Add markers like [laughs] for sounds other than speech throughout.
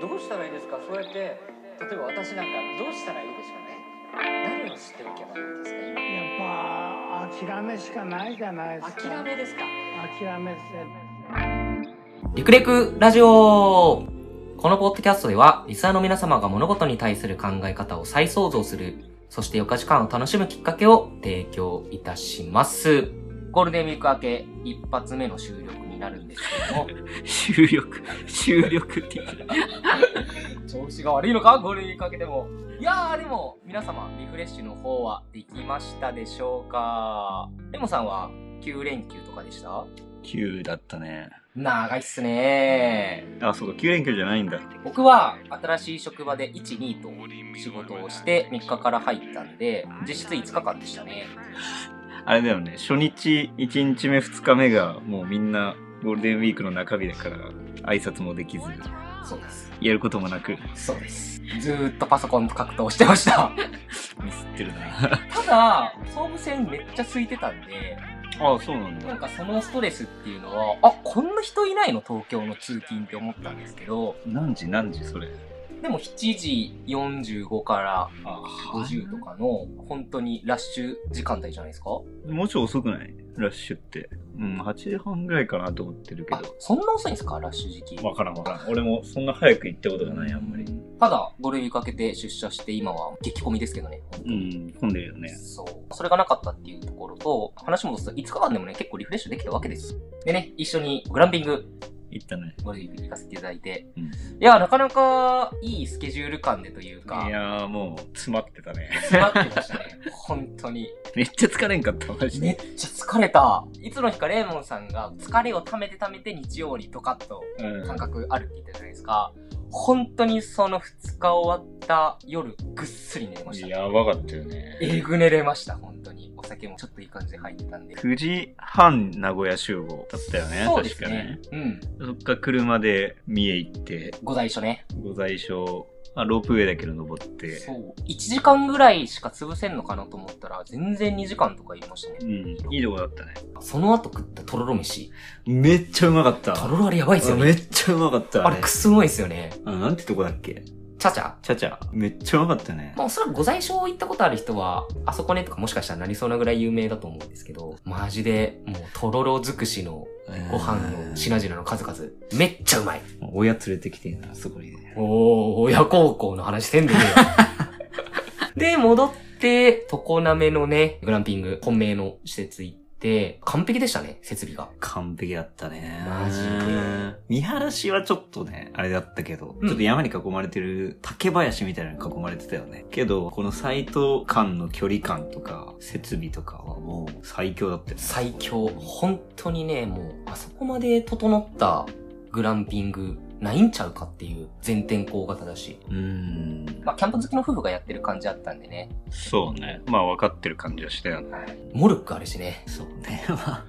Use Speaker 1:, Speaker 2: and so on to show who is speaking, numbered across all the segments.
Speaker 1: どうしたらいいですかそうやって例えば私なんかどうしたらいいでしょうね何を知っておけばいいんですか
Speaker 2: やっぱ諦めしかないじゃないですか
Speaker 1: 今諦めですか
Speaker 2: 諦めせ
Speaker 3: リクレクラジオこのポッドキャストでは、リスナーの皆様が物事に対する考え方を再創造する、そして余暇時間を楽しむきっかけを提供いたします。ゴールデンウィーク明け、一発目の収録になるんですけども、
Speaker 4: 収録、収録的な。
Speaker 3: 調子が悪いのかゴールデンウィーク明けでも。いやー、でも、皆様、リフレッシュの方はできましたでしょうかレモさんは9連休とかでした
Speaker 4: 9だったね。
Speaker 3: 長いっすねー。
Speaker 4: あ、そうか、9連休じゃないんだ。
Speaker 3: 僕は新しい職場で12と仕事をして3日から入ったんで実質5日間でしたね
Speaker 4: あれだよね、初日、1日目、2日目が、もうみんな、ゴールデンウィークの中日だから、挨拶もできず、
Speaker 3: そうです
Speaker 4: やることもなく、
Speaker 3: そうですずーっとパソコンと格闘してました [laughs]
Speaker 4: ミスってる [laughs] な。
Speaker 3: ただ総武線めっちゃ空いてたんで
Speaker 4: あ、そうなん
Speaker 3: なん。かそのストレスっていうのはあこんな人いないの東京の通勤って思ったんですけど
Speaker 4: 何時、何時、それ。
Speaker 3: でも7時45から50とかの本当にラッシュ時間帯じゃないですか
Speaker 4: もうちょい遅くないラッシュって。うん、8時半ぐらいかなと思ってるけ
Speaker 3: あ
Speaker 4: ど。
Speaker 3: そんな遅いんですかラッシュ時期
Speaker 4: わからんわからん。俺もそんな早く行ったことがない、あんまり。
Speaker 3: ただ、5類かけて出社して、今は激混みですけどね。本当
Speaker 4: う
Speaker 3: に
Speaker 4: ん、混んでるよね。
Speaker 3: そう。それがなかったっていうところと、話戻すと5日間でもね、結構リフレッシュできたわけです。でね、一緒にグランピング、
Speaker 4: 行ったね。
Speaker 3: ゴルフ行かせていただいて、
Speaker 4: うん
Speaker 3: いや、なかなかいいスケジュール感でというか
Speaker 4: い、やー、もう、詰まってたね。
Speaker 3: 詰まってましたね。 [laughs] 本当に。
Speaker 4: [laughs] めっちゃ疲れんかった、マジ
Speaker 3: めっ
Speaker 4: で。
Speaker 3: ちゃ疲れた。いつの日かレーモンさんが疲れを溜めて溜めて日曜にドカッと
Speaker 4: うん
Speaker 3: 感覚あるって言ったじゃないですか。本当にその2日終わった夜、ぐっすり寝れました。
Speaker 4: やばかったよね
Speaker 3: えぐ寝れました、本当に。お酒もちょっといい感じで入ってたんで。
Speaker 4: 9時半名古屋集合だったよね。
Speaker 3: そうです
Speaker 4: 確かね
Speaker 3: ね。。うん。
Speaker 4: そっから車で三重行って、
Speaker 3: ご在所ね。
Speaker 4: 御在所、あロープウェイだけど登って。
Speaker 3: そう。1時間ぐらいしか潰せんのかなと思ったら、全然2時間とか言いました
Speaker 4: う
Speaker 3: ね。
Speaker 4: ん、いいとこだったね。
Speaker 3: その後食ったとろろ飯。
Speaker 4: めっちゃうまかった。
Speaker 3: とろろあれやばいですよね。
Speaker 4: っちゃうまかった
Speaker 3: あれくっすごいですよね。
Speaker 4: あ、なんてとこだっけ
Speaker 3: ちゃちゃ。
Speaker 4: ちゃちゃ。めっちゃうまかったね
Speaker 3: まあ、おそらくご在所行ったことある人は、あそこねとかもしかしたらなりそうなぐらい有名だと思うんですけど、マジで、もう、とろろ尽くしのご飯の品々の数々、めっちゃうまい。
Speaker 4: 親連れてきてえな、そこにね。
Speaker 3: おー、親孝行の話せんでねえ [laughs] よ。で、戻って、常滑のね、グランピング、本命の施設行って、完璧でしたね、設備が。
Speaker 5: 完璧だったね。
Speaker 3: マジで
Speaker 5: 見晴らしはちょっとね、あれだったけど、
Speaker 3: うん
Speaker 5: ちょっと山に囲まれてる竹林みたいなのに囲まれてたよね。けど、このサイト間の距離感とか、設備とかはもう最強だったよね。
Speaker 3: 最強。本当にね、もう、あそこまで整ったグランピング、ないんちゃうかっていう、全天候型だし。
Speaker 5: うーん。
Speaker 3: まあ、キャンプ好きの夫婦がやってる感じあったんでね。
Speaker 4: そうね。まあ分かってる感じはしたよね。
Speaker 3: モルックあるしね。
Speaker 5: そうね。ま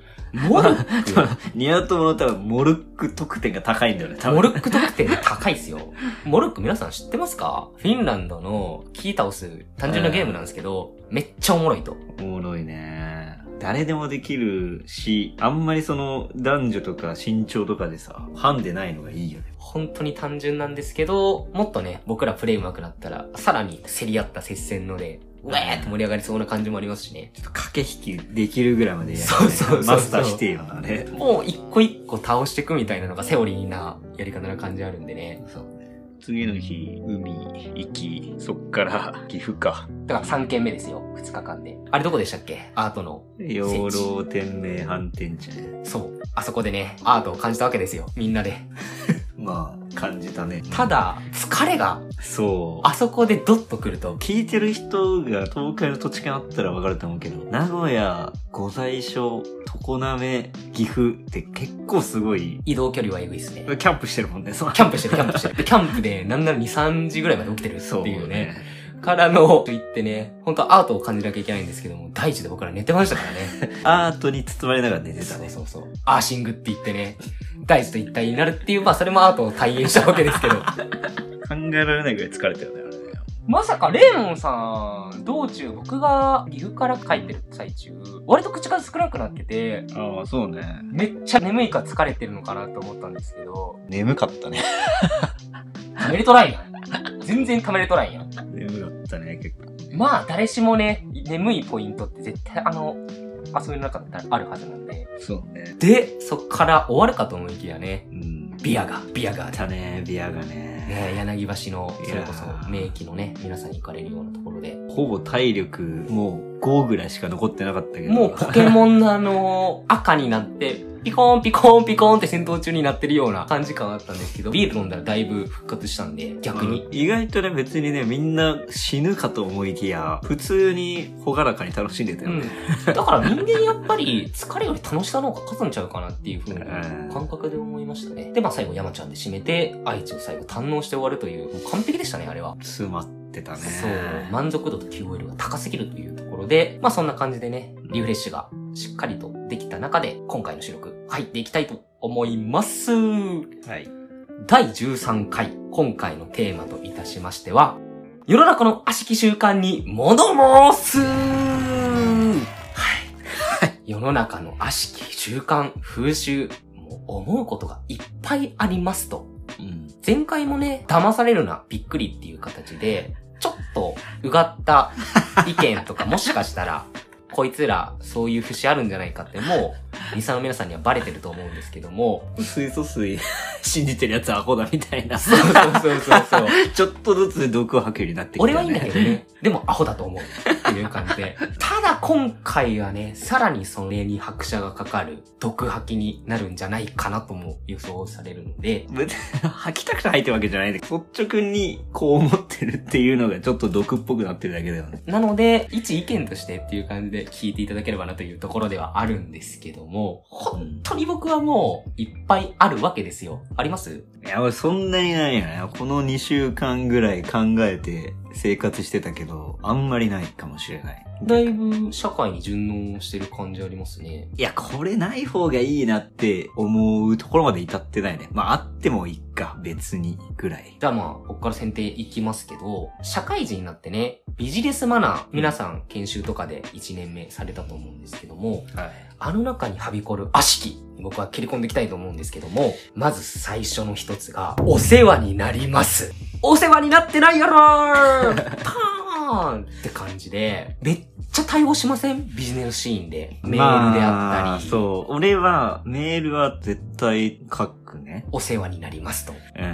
Speaker 3: モルック
Speaker 5: あ、似合うともの多分、モルック得点が高いんだよね、多分。
Speaker 3: モルック特典 [laughs] 高いっすよ。モルック皆さん知ってますかフィンランドのキー倒す単純なゲームなんですけど、めっちゃおもろいと。
Speaker 5: おもろいね。誰でもできるし、あんまりその男女とか身長とかでさ、ハンでないのがいいよね。
Speaker 3: 本当に単純なんですけど、もっとね、僕らプレイ上手くなったら、さらに競り合った接戦ので、うわーって盛り上がりそうな感じもありますしね。
Speaker 5: ちょっと駆け引きできるぐらいまでやる、ね、
Speaker 3: そうそうそうそう
Speaker 5: マスターしてよな、あれ。
Speaker 3: もう一個一個倒していくみたいなのがセオリーなやり方な感じあるんでね。
Speaker 4: 次の日、海、行き、そっから、岐阜か。
Speaker 3: だから3件目ですよ、2日間で。あれどこでしたっけアートの。
Speaker 5: 養老天命反転地ね。
Speaker 3: そう。あそこでね、アートを感じたわけですよ。みんなで。
Speaker 5: まあ、感じたね。
Speaker 3: ただ、疲れが
Speaker 5: そう。
Speaker 3: あそこでドッと来ると、
Speaker 5: 聞いてる人が東海の土地勘あったらわかると思うけど、名古屋、御在所、常滑、岐阜って結構すごい、
Speaker 3: 移動距離はエグいっすね
Speaker 5: キ。ャンプしてるもんね、その
Speaker 3: キャンプしてる、キャンプしてる。で、キャンプで、なんなら2、3時ぐらいまで起きてるって
Speaker 5: そう
Speaker 3: いうね。
Speaker 5: ね。
Speaker 3: からの、と言ってね、本当アートを感じなきゃいけないんですけども、第一で僕ら寝てましたからね。
Speaker 5: アートに包まれながら寝てた
Speaker 3: そう
Speaker 5: ね。
Speaker 3: そうそう。アーシングって言ってね、第一と一体になるっていう、まあそれもアートを体現したわけですけど。
Speaker 4: 考えられないぐらい疲れたよね、あれね。
Speaker 3: [laughs] まさかレーモンさん道中僕が岐阜から帰ってる最中割と口数少なくなってて
Speaker 4: ああ、そうね。
Speaker 3: めっちゃ眠いか疲れてるのかなと思ったんですけど
Speaker 5: 眠かったね。
Speaker 3: ためれとないやん全然ためれとないやん
Speaker 4: 眠かったね、結構。
Speaker 3: まあ誰しもね眠いポイントって絶対あの遊びの中であるはずなんで
Speaker 4: そうね。
Speaker 3: でそっから終わるかと思いきやね
Speaker 5: うん。
Speaker 3: ビアがビアが
Speaker 5: だね、ビアがね。
Speaker 3: ね、柳橋の
Speaker 5: いやー
Speaker 3: それこそ名駅のね皆さんに行かれるようなところで
Speaker 5: ほぼ体力、もう5ぐらいしか残ってなかったけど。
Speaker 3: もうポケモンのあの赤になってピコーンピコーンピコーンって戦闘中になってるような感じ感あったんですけどビール飲んだらだいぶ復活したんで逆に
Speaker 5: 意外とね、別にね、みんな死ぬかと思いきや、普通に朗らかに楽しんでた
Speaker 3: う
Speaker 5: よ
Speaker 3: ん
Speaker 5: ね。、
Speaker 3: だから人間やっぱり疲れより楽しさの方が勝つんちゃうかなっていうふうな感覚で思いましたね。で、まあ最後山ちゃんで締めて、愛知を最後堪能して終わるという、もう完璧でしたね、あれは。
Speaker 5: 詰まってたね。
Speaker 3: そう、満足度と QOL が高すぎるというところで、まあそんな感じでね、リフレッシュがしっかりとできた中で、今回の収録入っていきたいと思います。
Speaker 5: はい。
Speaker 3: 第13回、今回のテーマといたしましては、世の中の悪しき習慣に戻すはい。
Speaker 5: [laughs]
Speaker 3: 世の中の悪しき習慣、風習、もう思うことがいっぱいありますと。
Speaker 5: うん。
Speaker 3: 前回もね、騙されるな、びっくりっていう形で、ちょっとうがった意見とかもしかしたら、こいつらそういう節あるんじゃないかってもう、リサの皆さんにはバレてると思うんですけども、
Speaker 5: 水素水 [laughs] 信じてるやつはアホだみたいな。
Speaker 3: そうそうそうそう。
Speaker 5: [laughs] ちょっとずつ毒を吐くようになってきた、
Speaker 3: [laughs] 俺
Speaker 5: ね。
Speaker 3: はいいんだけどね。でもアホだと思う。っていう感じで。ただ今回はね、さらにそれに拍車がかかる毒吐きになるんじゃないかなとも予想されるの
Speaker 5: [laughs]
Speaker 3: で、
Speaker 5: 別に吐きたくて吐いてるわけじゃないんだけど、率直にこう思ってるっていうのがちょっと毒っぽくなってるだけだよね。
Speaker 3: なので、一意見としてっていう感じで聞いていただければなというところではあるんですけども、本当に僕はもういっぱいあるわけですよ。あります
Speaker 5: いや、俺そんなにないよね。この2週間ぐらい考えて生活してたけど、あんまりないかもしれない。
Speaker 3: だいぶ社会に順応してる感じありますね。
Speaker 5: いや、これない方がいいなって思うところまで至ってないね。まあ、あってもいいか、別に、ぐらい。
Speaker 3: じゃあまあ、こっから選定いきますけど、社会人になってね、ビジネスマナー、皆さん研修とかで1年目されたと思うんですけども、
Speaker 5: はい。
Speaker 3: あの中にはびこる悪しき、僕は切り込んでいきたいと思うんですけども、まず最初の一つが、お世話になります。お世話になってないやろーパーンって感じで、めっちゃ対応しませんビジネスシーンで。メールであ
Speaker 5: ま
Speaker 3: ったり、
Speaker 5: そう。俺は、メールは絶対書くね。
Speaker 3: お世話になりますと。
Speaker 5: う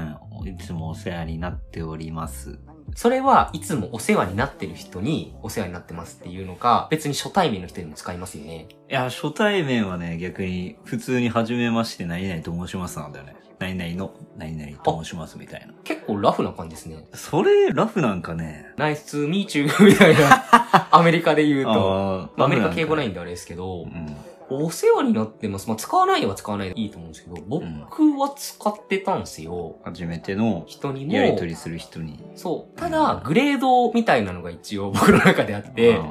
Speaker 5: ん。いつもお世話になっております。
Speaker 3: それはいつもお世話になってる人にお世話になってますっていうのか、別に初対面の人にも使いますよね。
Speaker 5: いや、初対面はね、逆に、普通に初めまして何々と申しますなんだよね。何々の、何々と申しますみたいな。
Speaker 3: 結構ラフな感じですね。
Speaker 5: それ、ラフなんかね。
Speaker 3: ナイスミーチューみたい [laughs] な、アメリカで言うと。
Speaker 5: あ。
Speaker 3: まあアメリカ敬語ないいんであれですけど
Speaker 5: う、ん。
Speaker 3: お世話になってます。まあ、使わないは使わないでいいと思うんですけど、僕は使ってたんですよ。
Speaker 5: 初めての、
Speaker 3: 人にも
Speaker 5: や。りとりする人に。
Speaker 3: そう。ただ、グレードみたいなのが一応僕の中であって、
Speaker 5: あ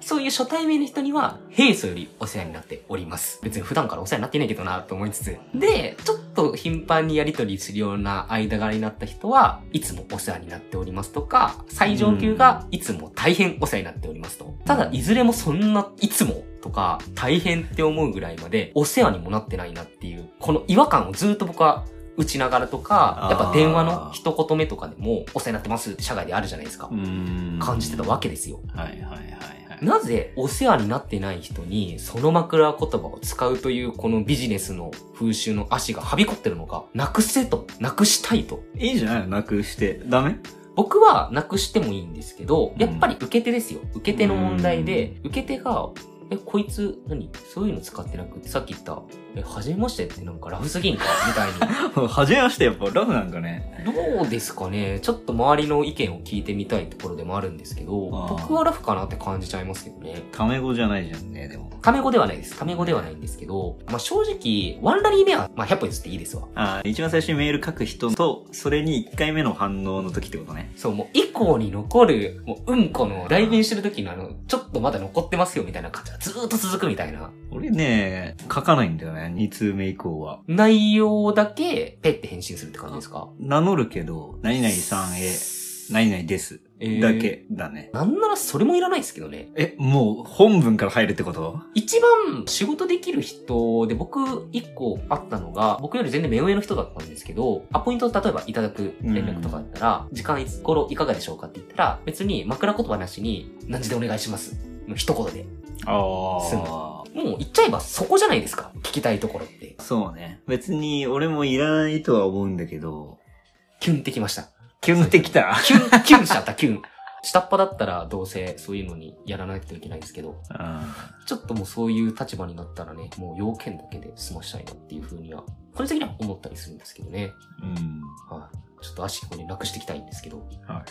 Speaker 3: そういう初対面の人には、平素よりお世話になっております。別に普段からお世話になっていないけどなと思いつつ。で、ちょっと頻繁にやりとりするような間柄になった人は、いつもお世話になっておりますとか、最上級がいつも大変お世話になっておりますと。ただ、いずれもそんないつもとか、大変って思うぐらいまで、お世話にもなってないなっていう、この違和感をずっと僕は、打ちながらとか、やっぱ電話の一言目とかでも、お世話になってますって社外であるじゃないですか
Speaker 5: ーう。ん。
Speaker 3: 感じてたわけですよ。
Speaker 5: け。はいはいはいはい。
Speaker 3: なぜお世話になってない人にその枕言葉を使うというこのビジネスの風習の足がはびこってるのか、なくせと、なくしたいと。
Speaker 5: いいじゃないのなくして。ダメ [laughs]
Speaker 3: 僕はなくしてもいいんですけど、
Speaker 5: うん
Speaker 3: やっぱり受け手ですよ。受け手の問題で、受け手が、え、こいつ、何そういうの使ってなくて、さっき言った、え、はじめましてってなんかラフすぎんかみたいに。
Speaker 5: [laughs] 初めまして、やっぱラフなんかね。
Speaker 3: どうですかねちょっと周りの意見を聞いてみたいところでもあるんですけど、
Speaker 5: あー
Speaker 3: 僕はラフかなって感じちゃいますけどね。
Speaker 5: タメ語じゃないじゃんね、でも。
Speaker 3: タメ語ではないです。タメ語ではないんですけど、まあ、正直、ワンラリー目は、まあ、100歩譲っていいですわ。
Speaker 5: ああ、一番最初にメール書く人と、それに1回目の反応の時ってことね。
Speaker 3: そう、もう、以降に残る、もう、うんこの、代弁してる時のあの、ちょっとまだ残ってますよ、みたいな感じがずーっと続くみたいな。
Speaker 5: 俺ね、書かないんだよね、2通目以降は。
Speaker 3: 内容だけ、ペって返信するって感じですか
Speaker 5: 名乗るけど、何々さんへ、何々です。
Speaker 3: えー
Speaker 5: だ。けだね。
Speaker 3: なんならそれもいらないですけどね。
Speaker 5: え、もう本文から入るってこと
Speaker 3: 一番仕事できる人で僕一個あったのが、僕より全然目上の人だったんですけど、アポイントを例えばいただく連絡とかだったら、時間いつ頃いかがでしょうかって言ったら、別に枕言葉なしに、何時でお願いします。の一言で。
Speaker 5: あ
Speaker 3: ーもう言っちゃえばそこじゃないですか。聞きたいところって。
Speaker 5: そうね。別に俺もいらないとは思うんだけど、
Speaker 3: キュンってきました。
Speaker 5: キュンってきた。
Speaker 3: キュン、 [laughs] キュンしちゃった、キュン。下っ端だったらどうせそういうのにやらないといけないですけど、ちょっともうそういう立場になったらね、もう要件だけで済ましたいなっていうふうには、個人的には思ったりするんですけどね。
Speaker 5: うん。
Speaker 3: はい。ちょっと足これなくしていきたいんですけど。
Speaker 5: は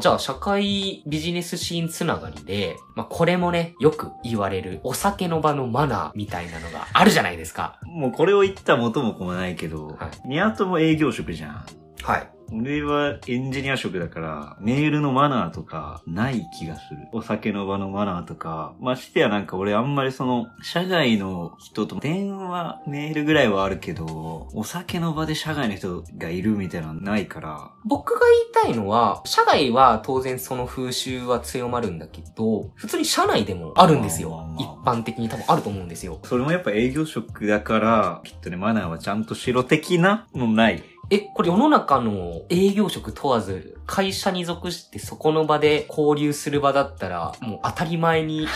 Speaker 3: じゃあ、社会ビジネスシーンつながりで、まあ、これもね、よく言われるお酒の場のマナーみたいなのがあるじゃないですか。
Speaker 5: もうこれを言った元も子もないけど、
Speaker 3: は
Speaker 5: 宮戸も営業職じゃん。
Speaker 3: はい。
Speaker 5: 俺はエンジニア職だから、メールのマナーとか、ない気がする。お酒の場のマナーとか、ましてやなんか俺あんまりその、社外の人と電話、メールぐらいはあるけど、お酒の場で社外の人がいるみたいなのないから、
Speaker 3: 僕が言いたいのは、社外は当然その風習は強まるんだけど、普通に社内でもあるんです
Speaker 5: まあ
Speaker 3: よ
Speaker 5: まあ。
Speaker 3: 一
Speaker 5: ま
Speaker 3: 般的に多分あると思うんですよ。
Speaker 5: それもやっぱ営業職だから、きっとね、マナーはちゃんとしろ的なのない。
Speaker 3: え、これ世の中の営業職問わず、会社に属してそこの場で交流する場だったら、もう当たり前
Speaker 5: [laughs]
Speaker 3: に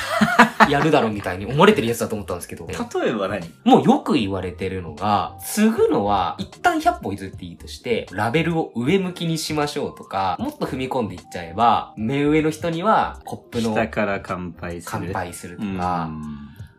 Speaker 3: やるだろうみたいに思われてるやつだと思ったんですけど。
Speaker 5: 例えば何
Speaker 3: もうよく言われてるのが、継ぐのは一旦100歩譲っていいとして、ラベルを上向きにしましょうとか、もっと踏み込んでいっちゃえば、目上の人にはコップの
Speaker 5: 下から乾杯する。
Speaker 3: 乾杯すると
Speaker 5: うん。
Speaker 3: か、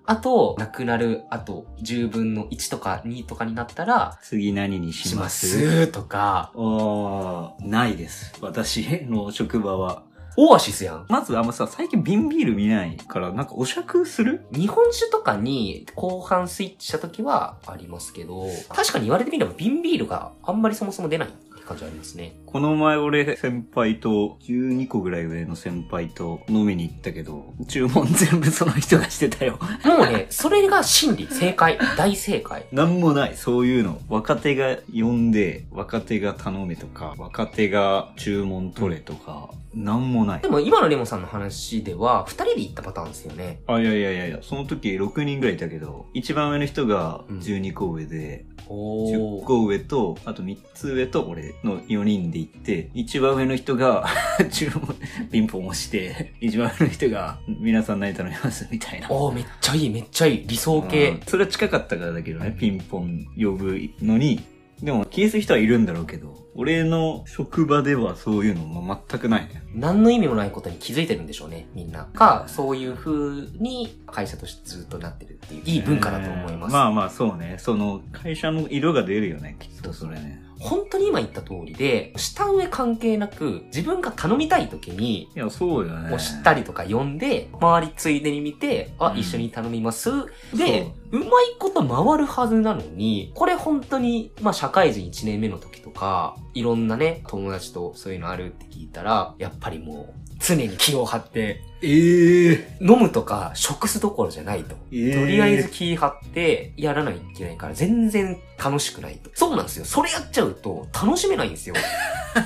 Speaker 3: あと、亡くなる、あと、10分の1とか2とかになったら、
Speaker 5: 次何にし
Speaker 3: し
Speaker 5: ま
Speaker 3: ますすとか、
Speaker 5: ああ、ないです。私の職場は。
Speaker 3: オアシスやん。
Speaker 5: まずあんまさ、最近瓶ビール見ないから、なんかお酌する
Speaker 3: 日本酒とかに後半スイッチした時はありますけど、確かに言われてみれば瓶ビールがあんまりそもそも出ないって感じありますね。
Speaker 5: この前俺、先輩と、12個ぐらい上の先輩と飲みに行ったけど、注文全部その人がしてたよ。 [laughs]
Speaker 3: もうね、それが真理、正解、大正解。
Speaker 5: なんもない、そういうの。若手が呼んで、若手が頼めとか、若手が注文取れとか、なんもない
Speaker 3: で。も今のレモンさんの話では、二人で行ったパターンですよね。
Speaker 5: あ、いやいやいやいや、その時6人ぐらいいたけど、一番上の人が12個上で、
Speaker 3: お
Speaker 5: 10。個上と、あと3つ上と俺の4人で行って、一番上の人が [laughs] 注文、ピンポン押して、一番上の人が、皆さん何頼みますみたいな。
Speaker 3: おーめっちゃいい、めっちゃいい。理想
Speaker 5: う
Speaker 3: 系
Speaker 5: ん。それは近かったからだけどね、ピンポン呼ぶのに。でも消えす人はいるんだろうけど、俺の職場ではそういうのも全くないね。
Speaker 3: 何の意味もないことに気づいてるんでしょうね、みんな。か、そういう風に会社としてずっとなってるっていう、いい文化だと思います。
Speaker 5: えーまあまあそうね。その会社の色が出るよね、きっとそれね。
Speaker 3: 本当に今言った通りで、下上関係なく、自分が頼みたい時に、
Speaker 5: いや、そうよね。
Speaker 3: 押したりとか呼んで、周りついでに見て、あ
Speaker 5: う、ん
Speaker 3: 一緒に頼みます。で、うまいこと回るはずなのに、これ本当に、まあ社会人1年目の時とか、いろんなね、友達とそういうのあるって聞いたら、やっぱりもう、常に気を張って、
Speaker 5: ええ
Speaker 3: 飲むとか、食すどころじゃないと。
Speaker 5: ええ
Speaker 3: とりあえず気張ってやらないといけないから全然楽しくないと。そうなんですよ。それやっちゃうと楽しめないん
Speaker 5: [laughs]
Speaker 3: ですよ。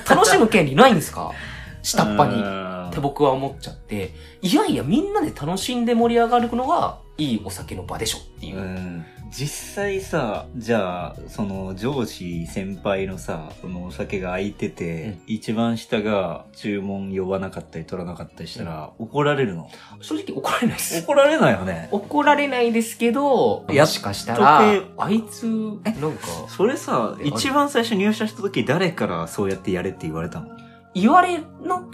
Speaker 3: 楽しむ権利ないんですか下っ端に。
Speaker 5: に
Speaker 3: って僕は思っちゃって、いやいやみんなで楽しんで盛り上がるのがいいお酒の場でしょっていう。
Speaker 5: うん実際さじゃあその上司先輩のさそのお酒が空いてて、
Speaker 3: うん
Speaker 5: 一番下が注文呼ばなかったり取らなかったりしたら、怒られるの
Speaker 3: 正直怒られないです。
Speaker 5: 怒られないよね
Speaker 3: 怒られないですけど、
Speaker 5: や
Speaker 3: も
Speaker 5: っ
Speaker 3: しかしたら
Speaker 5: とけ、
Speaker 3: あいつ、なんか、
Speaker 5: それさ
Speaker 3: で
Speaker 5: 一番最初入社した時誰からそうやってやれって言われ
Speaker 3: [laughs]
Speaker 5: たの
Speaker 3: 言われな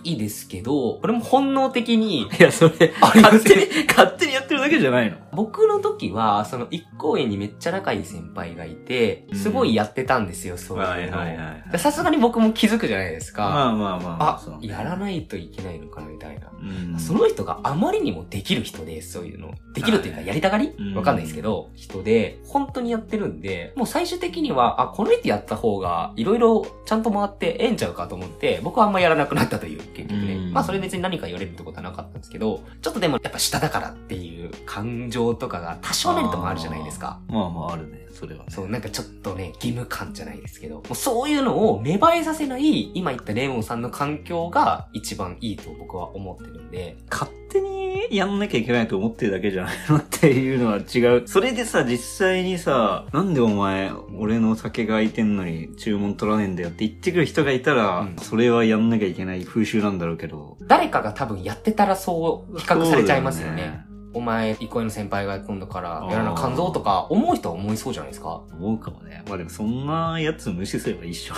Speaker 3: いですけど、これも本能的に、
Speaker 5: いやそれ
Speaker 3: ありま
Speaker 5: 勝
Speaker 3: せ
Speaker 5: 手
Speaker 3: ん
Speaker 5: に [laughs] 勝手にやってるだけじゃないの
Speaker 3: 僕の時は、その一公園にめっちゃ仲いい先輩がいて、すごいやってたんですよ、そういうの。
Speaker 5: い
Speaker 3: でさすがに僕も気づくじゃないです
Speaker 5: ま
Speaker 3: か。
Speaker 5: あまあまあ
Speaker 3: あ、やら
Speaker 5: い、
Speaker 3: ないといけないのかな、みたいな。
Speaker 5: うん、
Speaker 3: その人があまりにもできる人で、そういうの。できるというか、やりたがり
Speaker 5: うん
Speaker 3: わかんないですけど、人で、本当にやってるんで、もう最終的には、あ、この人やった方が、いろいろちゃんと回ってええんちゃうかと思って、僕はあんまやらなくなったという、結局ね
Speaker 5: う。ん
Speaker 3: まあそれ別に何か言われるってことはなかったんですけど、ちょっとでもやっぱ下だからっていう、
Speaker 5: る。
Speaker 3: 感情とかが多少なりともあるじゃないですか。
Speaker 5: まあまああるね、それは、ね。
Speaker 3: そう、なんかちょっとね、義務感じゃないですけど、もうそういうのを芽生えさせない、今言ったレモンさんの環境が一番いいと僕は思ってるんで、
Speaker 5: 勝手にやんなきゃいけないと思ってるだけじゃないのっていうのは違う。 [laughs] それでさ、実際にさ、なんでお前、俺の酒が空いてんのに注文取らねえんだよって言ってくる人がいたら、
Speaker 3: うん
Speaker 5: それはやんなきゃいけない風習なんだろうけど。
Speaker 3: 誰かが多分やってたらそう比較されちゃいますよ
Speaker 5: そうだ
Speaker 3: ね。。お前、憩いの先輩が今度からやらなあかんぞとか、思う人は思いそうじゃないですか。
Speaker 5: 思うかもね。まあでもそんなやつ無視すれば一緒。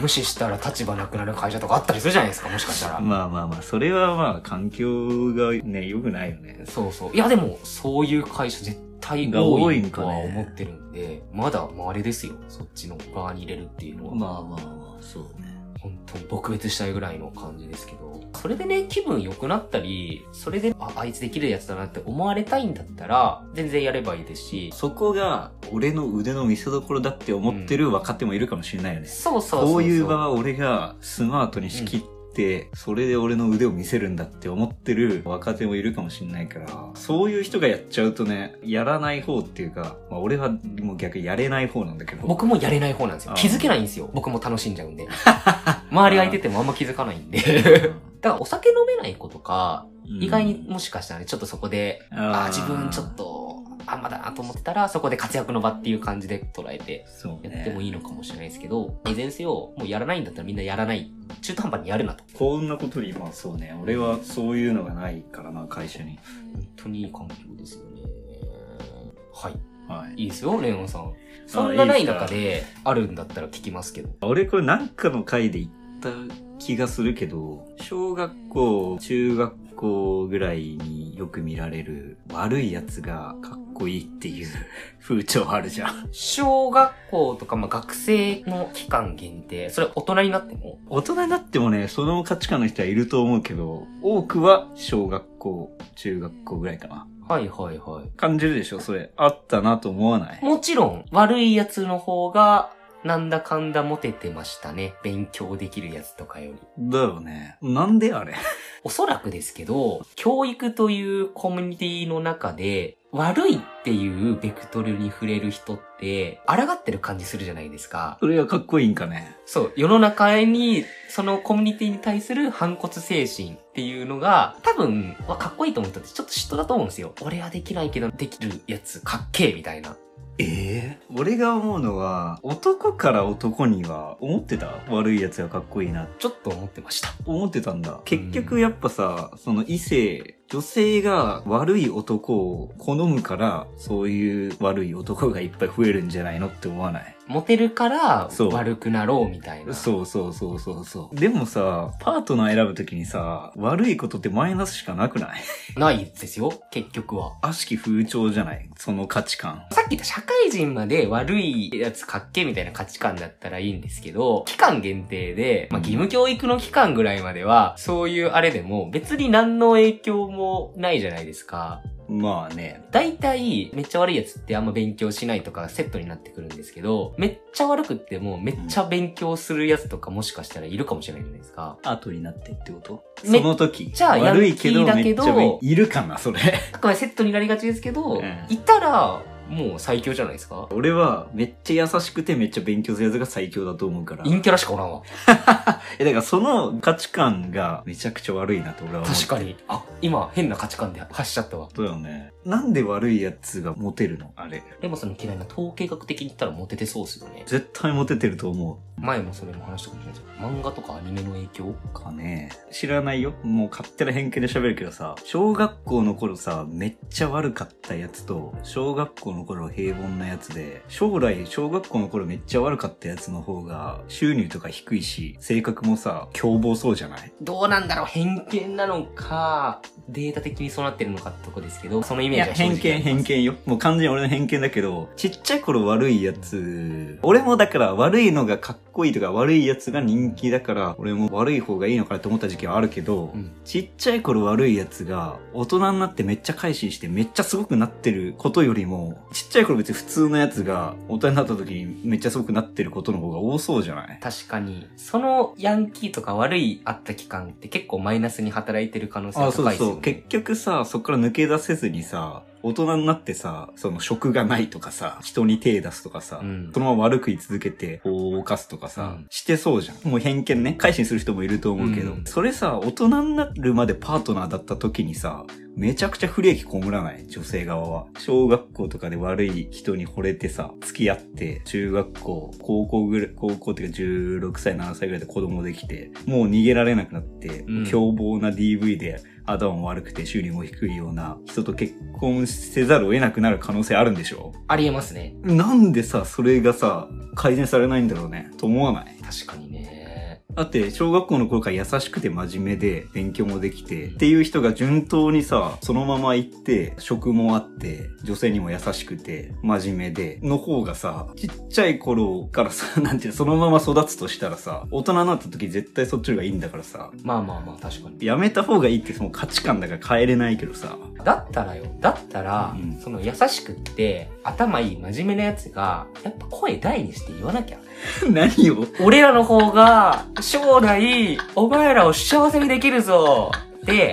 Speaker 3: 無視したら立場なくなる会社とかあったりするじゃないですか、もしかしたら。
Speaker 5: [laughs] まあまあまあ、それはまあ環境がね、良くないよね。
Speaker 3: そうそう。いやでも、そういう会社絶対
Speaker 5: が
Speaker 3: 多
Speaker 5: 多い
Speaker 3: い
Speaker 5: ん
Speaker 3: と
Speaker 5: かね
Speaker 3: は思ってるんで、まだまああれですよ。そっちの側に入れるっていうのは、
Speaker 5: まあまあまあ、そうね。
Speaker 3: 本当に撲滅したいぐらいの感じですけど、それでね、気分良くなったり、それで、あ、あいつできるやつだなって思われたいんだったら、全然やればいいですし、
Speaker 5: そこが俺の腕の見せ所だって思ってる若手もいるかもしれないよね。
Speaker 3: そうそうそうそう。
Speaker 5: こういう場は俺がスマートに仕切って、それで俺の腕を見せるんだって思ってる若手もいるかもしれないから、そういう人がやっちゃうとね、やらない方っていうか、まあ俺はもう逆にやれない方なんだけど。
Speaker 3: 僕もやれない方なんですよ
Speaker 5: あ。ー
Speaker 3: 気づけないんですよ。僕も楽しんじゃうんで。周りがいててもあんま気づかないんで。だからお酒飲めない子とか、意外にもしかしたらね、ちょっとそこで
Speaker 5: うん、
Speaker 3: あー
Speaker 5: あ
Speaker 3: 自分ちょっ
Speaker 5: と。
Speaker 3: とあんまだなと思ってたらそこで活躍の場っていう感じで捉えて
Speaker 5: そう
Speaker 3: や
Speaker 5: ね。
Speaker 3: ってもいいのかもしれないですけど、いずれにせよもうやらないんだったらみんなやらない中途半端にやるなと
Speaker 5: 幸運なことに、まあそうね、俺はそういうのがないからな、会社に。
Speaker 3: 本当にいい環境ですよねはい
Speaker 5: はい。
Speaker 3: いいですよレオンさんそんなない中であるんだったら聞きますけど
Speaker 5: 俺これなんかの回で言った気がするけど、小学校、中学校ぐらいによく見られる悪い奴がかっこいいっていう [laughs] 風潮あるじゃん。
Speaker 3: 小学校とか、まあ、学生の期間限定それ大人になっても
Speaker 5: 大人になってもね、その価値観の人はいると思うけど、多くは小学校、中学校ぐらいかな。
Speaker 3: はいはいはい
Speaker 5: 感じるでしょそれ。あったなと思わない
Speaker 3: もちろん、悪いやつの方が、なんだかんだモテてましたね。勉強できるやつとかより。
Speaker 5: だよね。なんであれ [laughs]
Speaker 3: おそらくですけど、教育というコミュニティの中で、悪いっていうベクトルに触れる人って、抗ってる感じするじゃないですか。
Speaker 5: それがかっこいいんかね。
Speaker 3: そう、世の中に、そのコミュニティに対する反骨精神っていうのが、多分、わかっこいいと思ったってちょっと嫉妬だと思うんですよ。俺はできないけど、できるやつかっけえみたいな。
Speaker 5: ええ俺が思うのは、男から男には思ってた悪い奴がかっこいいなって
Speaker 3: ちょっと思ってました。
Speaker 5: 思ってたんだ。結局やっぱさ、その異性、女性が悪い男を好むから、そういう悪い男がいっぱい増えるんじゃないのって思わない
Speaker 3: モテるから
Speaker 5: そう
Speaker 3: 悪くなろうみたいな。
Speaker 5: そうそうそうそうそう。でもさ、パートナー選ぶときにさ、悪いことってマイナスしかなくない [laughs]
Speaker 3: ないですよ、結局は。
Speaker 5: 悪しき風潮じゃないその価値観。
Speaker 3: さっき言った社会人まで悪いやつかっけみたいな価値観だったらいいんですけど、期間限定で、まあ、義務教育の期間ぐらいまでは、そういうあれでも別に何の影響もないじゃないですか。
Speaker 5: まあね。
Speaker 3: 大体、めっちゃ悪いやつってあんま勉強しないとかセットになってくるんですけど、めっちゃ悪くってもめっちゃ勉強するやつとかもしかしたらいるかもしれないじゃないですか。
Speaker 5: 後になってってこと
Speaker 3: め
Speaker 5: その時。
Speaker 3: じゃあ
Speaker 5: 悪いけど、
Speaker 3: ヤンキーだ
Speaker 5: め
Speaker 3: け
Speaker 5: っち
Speaker 3: ど
Speaker 5: ゃめいるか
Speaker 3: [laughs]
Speaker 5: な、それ。
Speaker 3: あくまでセットになりがちですけど、
Speaker 5: ええ
Speaker 3: いたら、もう最強じゃないですか。
Speaker 5: 俺は、めっちゃ優しくてめっちゃ勉強するやつが最強だと思うから。
Speaker 3: 陰キャラしかおらんわ。
Speaker 5: え、だからその価値観がめちゃくちゃ悪いなと俺は思う。
Speaker 3: 確かに。あ、今変な価値観で発しちゃったわ。
Speaker 5: そうだよね。なんで悪いやつがモテるのあれ。
Speaker 3: レモさんの嫌いな統計学的に言ったらモテてそうっすよね。
Speaker 5: 絶対モテてると思
Speaker 3: 前もそれも話したかもしれないですけど漫画とかアニメの影響
Speaker 5: う。かね。知らないよ。もう勝手な偏見で喋るけどさ、小学校の頃さ、めっちゃ悪かったやつと、小学校の頃平凡なやつで、将来小学校の頃めっちゃ悪かったやつの方が、収入とか低いし、性格もさ、凶暴そうじゃない
Speaker 3: どうなんだろう偏見なのか、データ的にそうなってるのかってとこですけど、そのイ
Speaker 5: い
Speaker 3: メー
Speaker 5: や、
Speaker 3: ジは正直
Speaker 5: 偏見、偏見よ。もう完全に俺の偏見だけど、ちっちゃい頃悪いやつ、俺もだから悪いのがかっこいいとか悪いやつが人気だから、俺も悪い方がいいのかなって思った時期はあるけど、
Speaker 3: うん
Speaker 5: ちっちゃい頃悪いやつが大人になってめっちゃ改心してめっちゃすごくなってることよりも、ちっちゃい頃別に普通のやつが大人になった時にめっちゃすごくなってることの方が多そうじゃない
Speaker 3: 確かに、そのヤンキーとか悪いあった期間って結構マイナスに働いてる可能性
Speaker 5: あ
Speaker 3: が
Speaker 5: そ
Speaker 3: 高
Speaker 5: う
Speaker 3: いです
Speaker 5: そ
Speaker 3: よ
Speaker 5: う。
Speaker 3: ね。
Speaker 5: 結局さ、そっから抜け出せずにさ、大人になってさ、その職がないとかさ、人に手出すとかさ、
Speaker 3: うん
Speaker 5: そのまま悪く言い続けて、法を犯すとかさ、
Speaker 3: うん
Speaker 5: してそうじゃん。もう偏見ね、改心する人もいると思うけど、
Speaker 3: うん
Speaker 5: それさ、大人になるまでパートナーだった時にさ、めちゃくちゃ不利益こむらない女性側は。小学校とかで悪い人に惚れてさ、付き合って、中学校、高校ぐらい、高校っていうか16歳、7歳ぐらいで子供できて、もう逃げられなくなって、
Speaker 3: うん
Speaker 5: 凶暴な DV で頭も悪くて収入も低いような人と結婚せざるを得なくなる可能性あるんでしょ
Speaker 3: ありえますね。
Speaker 5: なんでさ、それがさ、改善されないんだろうね、と思わない
Speaker 3: 確かにね。
Speaker 5: だって、小学校の頃から優しくて真面目で、勉強もできて、っていう人が順当にさ、そのまま行って、職もあって、女性にも優しくて、真面目で、の方がさ、ちっちゃい頃からさ、 [laughs] なんていうの、そのまま育つとしたらさ、大人になった時絶対そっちの方がいいんだからさ、
Speaker 3: まあまあまあ、確かに。
Speaker 5: やめた方がいいってその価値観だから変えれないけどさ。 [laughs]
Speaker 3: だったらよ、だったら、
Speaker 5: うん
Speaker 3: その優しくって、頭いい真面目なやつが、やっぱ声大にして言わなきゃ。
Speaker 5: 何を [laughs]
Speaker 3: 俺らの方が、将来、お前らを幸せにできるぞで、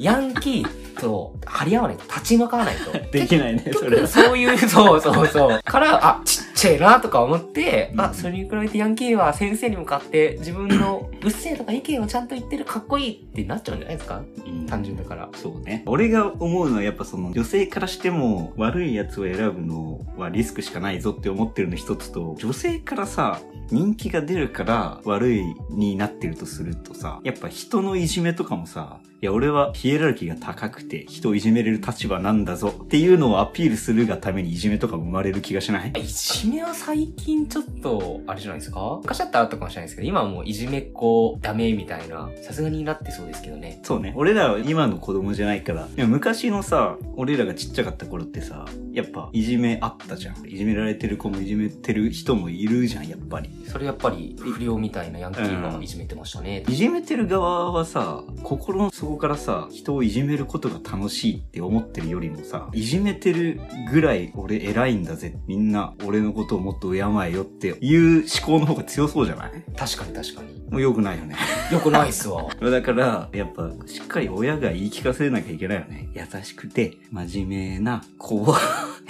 Speaker 3: ヤンキーと張り合わないと、立ち向かわないと。
Speaker 5: できないね、それは。
Speaker 3: そういう、そうそうそう。から、あ、ちっちゃいなとか思って、あ、それに比べてヤンキーは先生に向かって自分のうっせえとか意見をちゃんと言ってるかっこいいってなっちゃうんじゃないですか単純だから。
Speaker 5: そうね。俺が思うのはやっぱその女性からしても悪いやつを選ぶのはリスクしかないぞって思ってるの一つと、女性からさ、人気が出るから悪いになってるとするとさ、やっぱ人のいじめとかもさ、いや俺はヒエラルキーが高くて人をいじめれる立場なんだぞっていうのをアピールするがためにいじめとかも生まれる気がしない
Speaker 3: いじめは最近ちょっと、あれじゃないですか昔だったらあったかもしれないですけど、今はもういじめっ子ダメみたいな、さすがになってそうですけどね。
Speaker 5: そうね。俺らは今の子供じゃないから。でも昔のさ、俺らがちっちゃかった頃ってさ、やっぱいじめあったじゃん。いじめられてる子もいじめてる人もいるじゃん、やっぱり。
Speaker 3: それやっぱり不良みたいなヤンキーがいじめてましたね。
Speaker 5: いじめてる側はさ、心の底からさ、人をいじめることが楽しいって思ってるよりもさ、いじめてるぐらい俺偉いんだぜ。みんな俺のことをもっと敬えよっていう思考の方が強そうじゃない
Speaker 3: 確かに確かに。
Speaker 5: もう良くないよね。
Speaker 3: よくないっすわ。
Speaker 5: だから、やっぱ、しっかり親が言い聞かせなきゃいけないよね。優しくて、真面目な子を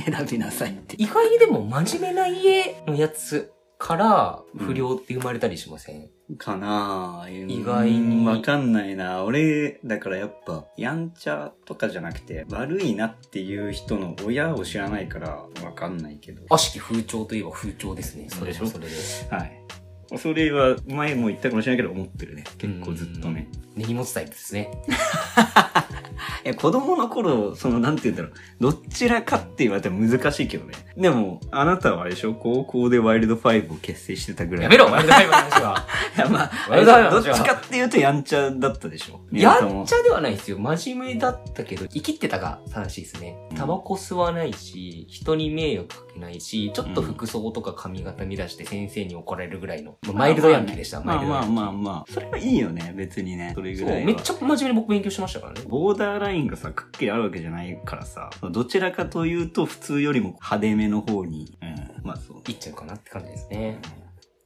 Speaker 5: 選びなさいって。
Speaker 3: 意外にでも真面目な家のやつから不良って生まれたりしません、
Speaker 5: かなぁ。
Speaker 3: 意外に
Speaker 5: わかんないな俺、だからやっぱ、やんちゃとかじゃなくて、悪いなっていう人の親を知らないから、わかんないけど。
Speaker 3: 悪しき風潮といえば風潮ですね。
Speaker 5: そうでしょ
Speaker 3: それで。
Speaker 5: はい。それは、前も言ったかもしれないけど、思ってるね。結構ずっとね。
Speaker 3: 根に持つタイプですね。
Speaker 5: え、子供の頃、その、なんて言うんだろう。どちらかって言われたら難しいけどね。でも、あなたはあれでしょ高校でワイルドファイブを結成してたぐらい。
Speaker 3: やめろ、ワイルドタイプの話 [laughs] は。
Speaker 5: いや、 [laughs] まあ、
Speaker 3: ワイルドファイブの
Speaker 5: どっ
Speaker 3: 話は
Speaker 5: ちかっていうとやんちゃだったでしょ
Speaker 3: や
Speaker 5: 宮田も
Speaker 3: んちゃではないですよ。真面目だったけど、生きってたが正しいですね
Speaker 5: う。ん
Speaker 3: タバコ吸わないし、人に迷惑かけないし、ちょっと服装とか髪型乱して先生に怒られるぐらいの、まあマイルドヤンキーでした、
Speaker 5: まあま
Speaker 3: マ
Speaker 5: あまあまあ。それはいいよね、別にね。それ
Speaker 3: イ
Speaker 5: ぐ
Speaker 3: ルド
Speaker 5: ら
Speaker 3: ヤンキー。
Speaker 5: い
Speaker 3: そう、
Speaker 5: は。
Speaker 3: めっちゃ真面目に僕勉強しましたからね。
Speaker 5: ボーダーラインがさ、くっきりあるわけじゃないからさ、どちらかというと普通よりも派手めの方に、うん、まあそう。
Speaker 3: いっちゃうかなって感じですね。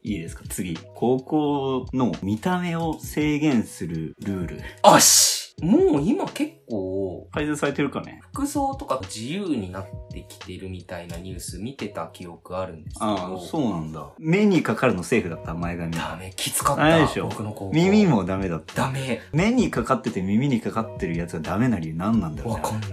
Speaker 5: いいですか次。高校の見た目を制限するルール。
Speaker 3: あしもう今結構、
Speaker 5: 改善されてるかね
Speaker 3: 服装とか自由になってきてるみたいなニュース見てた記憶あるんですけど。
Speaker 5: ああ、そうなんだ。目にかかるのセーフだった、前髪。
Speaker 3: ダメ、きつかっ
Speaker 5: あれで
Speaker 3: た
Speaker 5: し。ょ
Speaker 3: 僕の高校。
Speaker 5: 耳。もダメだった。
Speaker 3: ダメ。
Speaker 5: 目にかかってて耳にかかってるやつがダメな理由何なんだろう
Speaker 3: わ
Speaker 5: ね。
Speaker 3: かんない。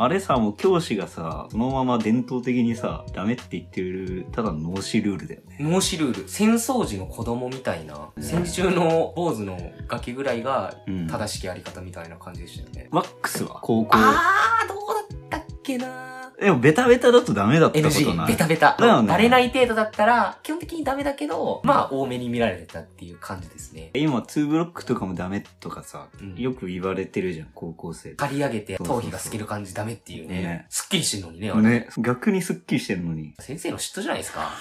Speaker 5: あれさ、もう教師がさ、そのまま伝統的にさ、ダメって言ってる、ただの脳死ルールだよね。
Speaker 3: 脳死ルール。戦争時の子供みたいな、
Speaker 5: うん
Speaker 3: 戦中の坊主のガキぐらいが
Speaker 5: うん
Speaker 3: 正しきやり方みたいな感じでしたよね。
Speaker 5: ワックスは高校。
Speaker 3: あー、どうだったっけな
Speaker 5: でもベタベタだとダメだったことな
Speaker 3: NG、ベ
Speaker 5: い。
Speaker 3: タベタ。
Speaker 5: だよね
Speaker 3: バレない程度だったら、基本的にダメだけど、まあ多めに見られてたっていう感じですね。
Speaker 5: 今、ツーブロックとかもダメとかさ、
Speaker 3: うん
Speaker 5: よく言われてるじゃん、高校生。
Speaker 3: 刈り上げて
Speaker 5: そうそうそ
Speaker 3: 頭
Speaker 5: う
Speaker 3: 皮が透ける感じダメっていうね。
Speaker 5: ね
Speaker 3: すっきりしてんのにね、あれ。
Speaker 5: ね、逆にスッキリしてるのに。
Speaker 3: 先生の嫉妬じゃないですか。
Speaker 5: [laughs]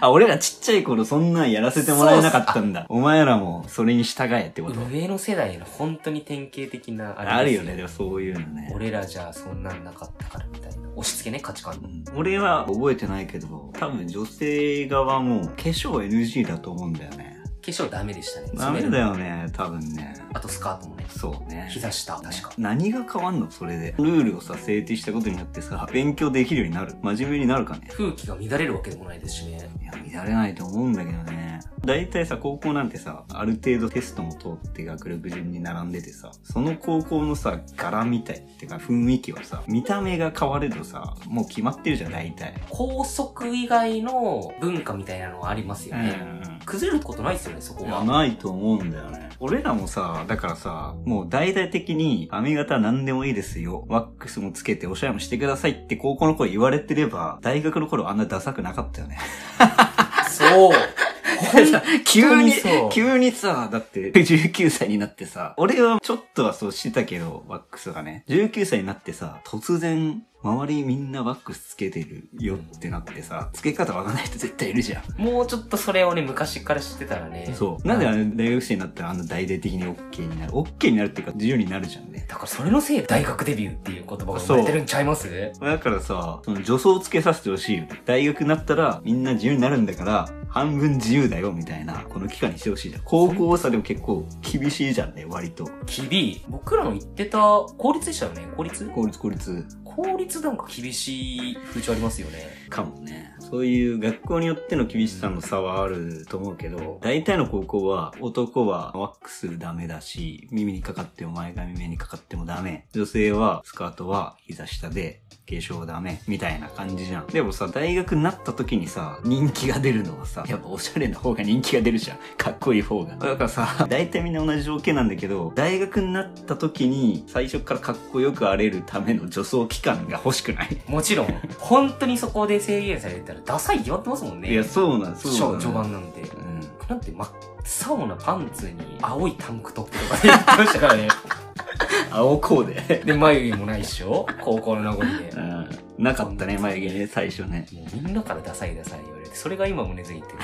Speaker 5: あ、俺らちっちゃい頃そんなんやらせてもらえなかったんだ。お前らもそれに従えってこと。
Speaker 3: 上の世代の本当に典型的な
Speaker 5: あるよね、
Speaker 3: で
Speaker 5: ですもそういうのね。
Speaker 3: 俺らじゃそんなんなかったからみたいな押し付けね価値観
Speaker 5: う
Speaker 3: の
Speaker 5: ん俺は覚えてないけど、多分女性側も化粧 NG だと思うんだよね。
Speaker 3: 化粧ダメでしたね
Speaker 5: ダメだ
Speaker 3: よ
Speaker 5: よね、多分ね。
Speaker 3: あとスカートもね
Speaker 5: そうね。
Speaker 3: 膝下確か
Speaker 5: 何が変わんのそれで。ルールをさ、制定したことによってさ、勉強できるようになる。真面目になるかね。
Speaker 3: 空気が乱れるわけでもないですしね
Speaker 5: いや、乱れないと思うんだけどね。大体さ、高校なんてさ、ある程度テストも通って学力順に並んでてさ、その高校のさ、柄みたいってか雰囲気はさ、見た目が変われどさ、もう決まってるじゃん、大体。
Speaker 3: 校則以外の文化みたいなのはありますよね、
Speaker 5: ん
Speaker 3: 崩れることないですよねそこ
Speaker 5: いや
Speaker 3: は
Speaker 5: ないと思うんだよね。俺らもさ、だからさ、もう大々的に髪型何でもいいですよ。ワックスもつけておしゃれもしてくださいって高校の頃言われてれば、大学の頃あんなダサくなかったよね。 [laughs]
Speaker 3: そう
Speaker 5: 急に
Speaker 3: そう、
Speaker 5: 急にさ、だって19歳 [laughs] になってさ、俺はちょっとはそうしてたけど、ワックスがね、19歳になってさ、突然、周りみんなワックスつけてるよってなってさ、つけ方わかんない人絶対いるじゃん。
Speaker 3: もうちょっとそれをね昔から知ってたらね
Speaker 5: そう。なんであれ大学生になったらあんな大々的に OK になる ?OK になるっていうか自由になるじゃんね。
Speaker 3: だからそれのせいで大学デビューっていう言葉が生まれてるんちゃいます
Speaker 5: だからさ、その助走をつけさせてほしいよ。大学になったらみんな自由になるんだから、半分自由だよみたいな、この期間にしてほしいじゃん。高校さでも結構厳しいじゃんね、割と。
Speaker 3: 厳い僕らの言ってた公立でしたよね公立
Speaker 5: 公立公立
Speaker 3: 公立なんか厳しい風潮ありますよね
Speaker 5: かもね。そういう学校によっての厳しさの差はあると思うけど、大体の高校は男はワックスダメだし、耳にかかっても前髪目にかかってもダメ。女性はスカートは膝下で、化粧ダメみたいな感じじゃん。でもさ、大学になった時にさ、人気が出るのはさ、やっぱおしゃれな方が人気が出るじゃん。かっこいい方が。だからさ、大体みんな同じ条件なんだけど、大学になった時に最初からかっこよく荒れるための助走期間が欲しくない
Speaker 3: もちろん本当にそこで制限されたらダサいって言われてますもんね
Speaker 5: いや、そうなん、そうなん。
Speaker 3: 序盤なんて
Speaker 5: うん。
Speaker 3: なんて真っ青なパンツに青いタンクトップとかで言ってましたからね
Speaker 5: 青コーデ。
Speaker 3: で眉毛もないっしょ高校の名残で
Speaker 5: うん。なかったね、眉毛ね、最初ね。
Speaker 3: もうみんなからダサいダサい言われて、それが今も根付いてる。